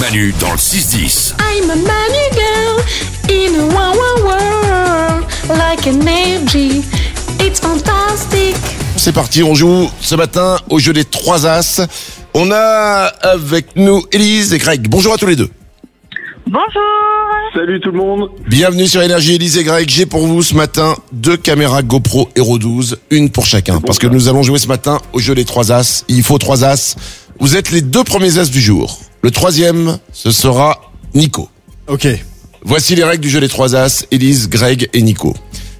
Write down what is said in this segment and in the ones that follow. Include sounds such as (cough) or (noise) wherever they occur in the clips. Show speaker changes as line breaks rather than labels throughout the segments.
Manu dans le 6-10.
I'm a money girl in a wow wow world like an energy. It's fantastic.
C'est parti, on joue ce matin au jeu des trois as. On a avec nous Élise et Greg. Bonjour à tous les deux.
Bonjour
Salut tout le monde.
Bienvenue sur Énergie Élise et Greg. J'ai pour vous ce matin deux caméras GoPro Hero 12, une pour chacun. Parce que nous allons jouer ce matin au jeu des trois as. Il faut trois as. Vous êtes les deux premiers as du jour. Le troisième, ce sera Nico.
Ok.
Voici les règles du jeu des trois as, Élise, Greg et Nico.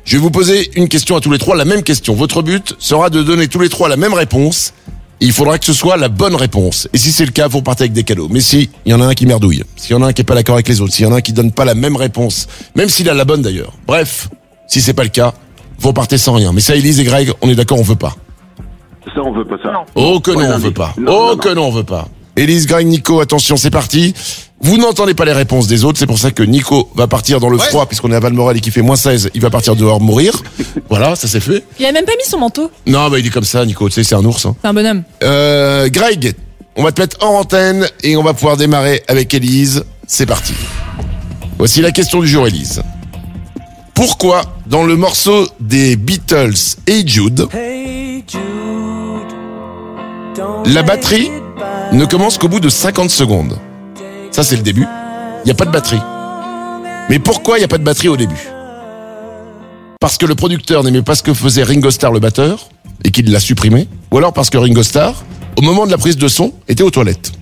Je vais vous poser une question à tous les trois, la même question. Votre but sera de donner tous les trois la même réponse. Et il faudra que ce soit la bonne réponse. Et si c'est le cas, vous partez avec des cadeaux. Mais si, il y en a un qui merdouille. S'il y en a un qui est pas d'accord avec les autres. S'il y en a un qui donne pas la même réponse. Même s'il a la bonne d'ailleurs. Bref, si c'est pas le cas, vous partez sans rien. Mais ça, Élise et Greg, on est d'accord, on veut pas.
Ça, on veut pas ça.
Non.
Oh que
Ouais,
non, on
non,
veut
mais-
pas.
non,
Oh
non,
que non, on veut pas. Élise, Greg, Nico, attention, c'est parti. Vous n'entendez pas les réponses des autres, c'est pour ça que Nico va partir dans le froid, puisqu'on est à Valmorel et qu'il fait moins 16, il va partir dehors mourir.
(laughs)
voilà, ça c'est fait.
Il a même pas mis son manteau.
Non, bah il est comme ça, Nico, tu sais, c'est un ours. hein.
C'est un bonhomme.
Euh, Greg, on va te mettre hors antenne et on va pouvoir démarrer avec Élise. C'est parti. Voici la question du jour, Élise. Pourquoi, dans le morceau des Beatles et Jude, la batterie ne commence qu'au bout de 50 secondes Ça, c'est le début. Il n'y a pas de batterie. Mais pourquoi il n'y a pas de batterie au début parce que le producteur n'aimait pas ce que faisait Ringo Starr le batteur et qu'il l'a supprimé, ou alors parce que Ringo Starr, au moment de la prise de son, était aux toilettes.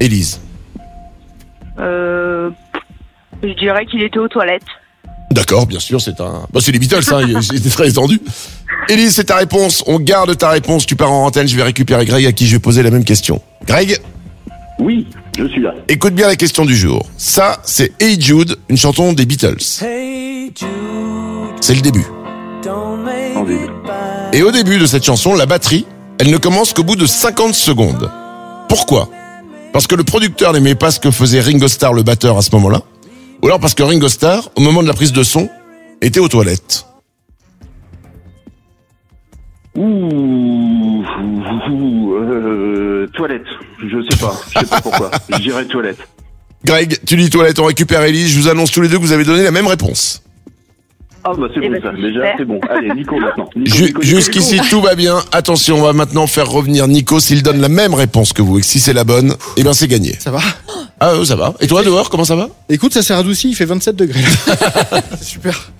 Élise.
Euh, je dirais qu'il était aux toilettes.
D'accord, bien sûr, c'est un. Bah, c'est les Beatles, hein, c'était très étendu. Élise, c'est ta réponse. On garde ta réponse. Tu pars en antenne. Je vais récupérer Greg à qui je vais poser la même question. Greg,
Oui, je suis là.
écoute bien la question du jour. Ça, c'est Hey Jude, une chanson des Beatles. C'est le début.
En ville.
Et au début de cette chanson, la batterie, elle ne commence qu'au bout de 50 secondes. Pourquoi Parce que le producteur n'aimait pas ce que faisait Ringo Starr le batteur à ce moment-là, ou alors parce que Ringo Starr, au moment de la prise de son, était aux toilettes.
Ouh, ouh, ouh, euh, toilette. Je sais pas. Je sais pas pourquoi.
(laughs)
Je dirais toilette.
Greg, tu dis toilette, on récupère Ellie, je vous annonce tous les deux que vous avez donné la même réponse.
Ah bah c'est
Eh
bon
ben,
ça.
c'est
Déjà
super.
c'est bon. Allez
(laughs)
Nico maintenant. Nico,
Ju-
Nico, Nico,
Jusqu'ici
Nico.
tout va bien, attention, on va maintenant faire revenir Nico s'il donne la même réponse que vous, et que si c'est la bonne, eh bien c'est gagné.
Ça va
Ah euh, ça va. Et toi dehors, comment ça va
Écoute, ça s'est radouci, il fait 27 degrés. C'est Super.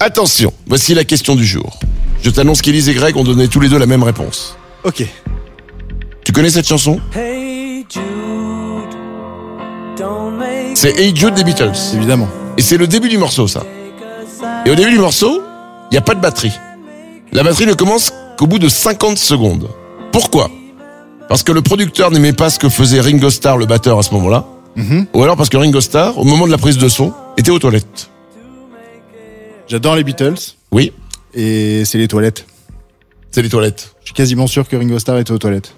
Attention, voici la question du jour. Je t'annonce qu'Élise et Greg ont donné tous les deux la même réponse.
Ok.
Tu connais cette chanson C'est Hey Jude des Beatles.
Évidemment.
Et c'est le début du morceau, ça. Et au début du morceau, il n'y a pas de batterie. La batterie ne commence qu'au bout de 50 secondes. Pourquoi Parce que le producteur n'aimait pas ce que faisait Ringo Starr, le batteur, à ce moment-là.
Mhm.
Ou alors parce que Ringo Starr, au moment de la prise de son, était aux toilettes.
J'adore les Beatles
Oui,
et c'est les toilettes.
c'est les toilettes.
Je suis quasiment sûr que Ringo Starr était aux toilettes.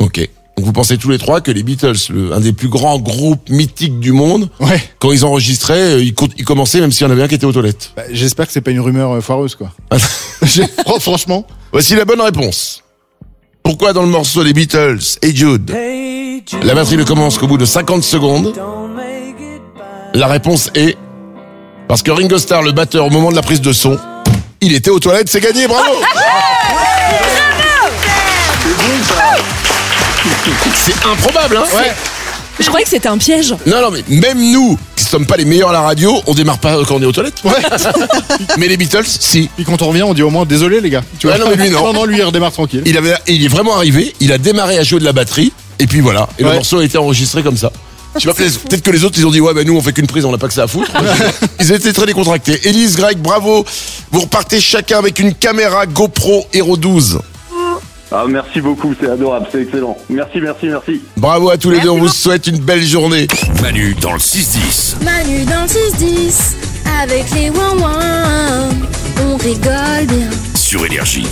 Ok. Donc vous pensez tous les trois que les Beatles, le- un des plus grands groupes mythiques du monde,
Ouais.
quand ils enregistraient, euh, ils, co- ils commençaient même s'il y en avait un qui était aux toilettes. (laughs)
Bah, J'espère que c'est pas une rumeur euh, foireuse, quoi. J'ai- Fran- Franchement.
Voici la bonne réponse. Pourquoi dans le morceau des Beatles, Hey Jude, la batterie ne commence qu'au bout de 50 secondes La réponse est parce que Ringo Starr, le batteur, au moment de la prise de son, il était aux toilettes, c'est gagné, bravo C'est improbable, hein
Je croyais que c'était un piège.
Non, non, mais même nous, qui sommes pas les meilleurs à la radio, on démarre pas quand on est aux toilettes. (laughs) mais les Beatles, si.
Puis quand on revient, on dit au moins désolé, les gars. Tu
Ah non, mais lui, non.
non, lui, il redémarre tranquille.
Il, avait, il est vraiment arrivé, il a démarré à jouer de la batterie, et puis voilà. Et le
Ouais.
morceau a été enregistré comme ça. Tu vois, peut-être peut-être que les autres, ils ont dit, ouais, ben nous, on fait qu'une prise, on n'a pas que ça à foutre. ils étaient très décontractés. Élise, Greg, bravo. Vous repartez chacun avec une caméra GoPro Hero 12.
Ah merci beaucoup. C'est adorable. C'est excellent. Merci merci merci.
Bravo à tous les deux, on vous souhaite une belle journée.
Manu dans le 6-10.
Manu dans le 6-10 avec les ouin-ouin. On rigole bien.
Sur Énergie.